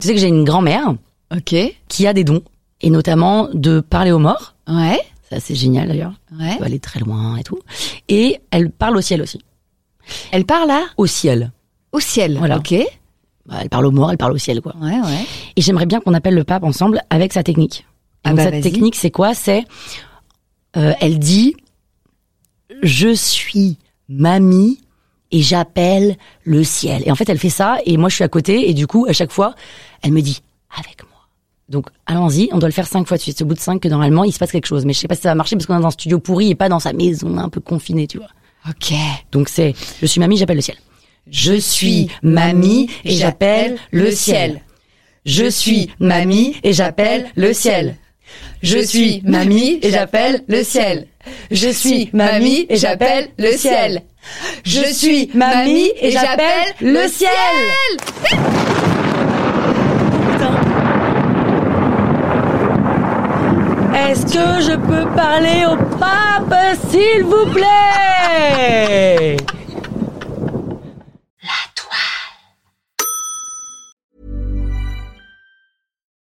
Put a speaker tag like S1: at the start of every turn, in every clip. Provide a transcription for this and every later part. S1: Tu sais que j'ai une grand-mère
S2: Ok.
S1: qui a des dons, et notamment de parler aux morts.
S2: Ouais.
S1: Ça, c'est génial d'ailleurs.
S2: Ouais.
S1: Elle peut aller très loin et tout. Et elle parle au ciel aussi.
S2: Elle parle là
S1: Au ciel.
S2: au ciel.
S1: Voilà.
S2: Ok. Ouais,
S1: Bah, Elle parle aux morts, elle parle au ciel, quoi.
S2: ouais.
S1: Et j'aimerais bien qu'on appelle le pape ensemble avec sa technique. Et
S2: Ah
S1: donc,
S2: bah,
S1: cette
S2: vas-y.
S1: technique, c'est quoi C'est, euh, elle dit, je suis mamie et j'appelle le ciel. Et en fait, elle fait ça et moi, je suis à côté et du coup, à chaque fois, elle me dit avec moi. Donc, allons-y. On doit le faire cinq fois de suite. C'est au bout de cinq que normalement, il se passe quelque chose. Mais je sais pas si ça va marcher parce qu'on est dans un studio pourri et pas dans sa maison un peu confinée, tu vois.
S2: Ok.
S1: Donc c'est je suis mamie, j'appelle le ciel. Je suis mamie et j'appelle le ciel. Je suis mamie et j'appelle le ciel. Je suis mamie et j'appelle le ciel. Je suis mamie et j'appelle le ciel. Je suis mamie et j'appelle le ciel. Est-ce que je peux parler au pape, s'il vous plaît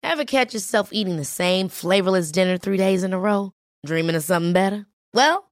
S3: Ever catch yourself eating the same flavorless dinner three days in a row? Dreaming of something better? Well,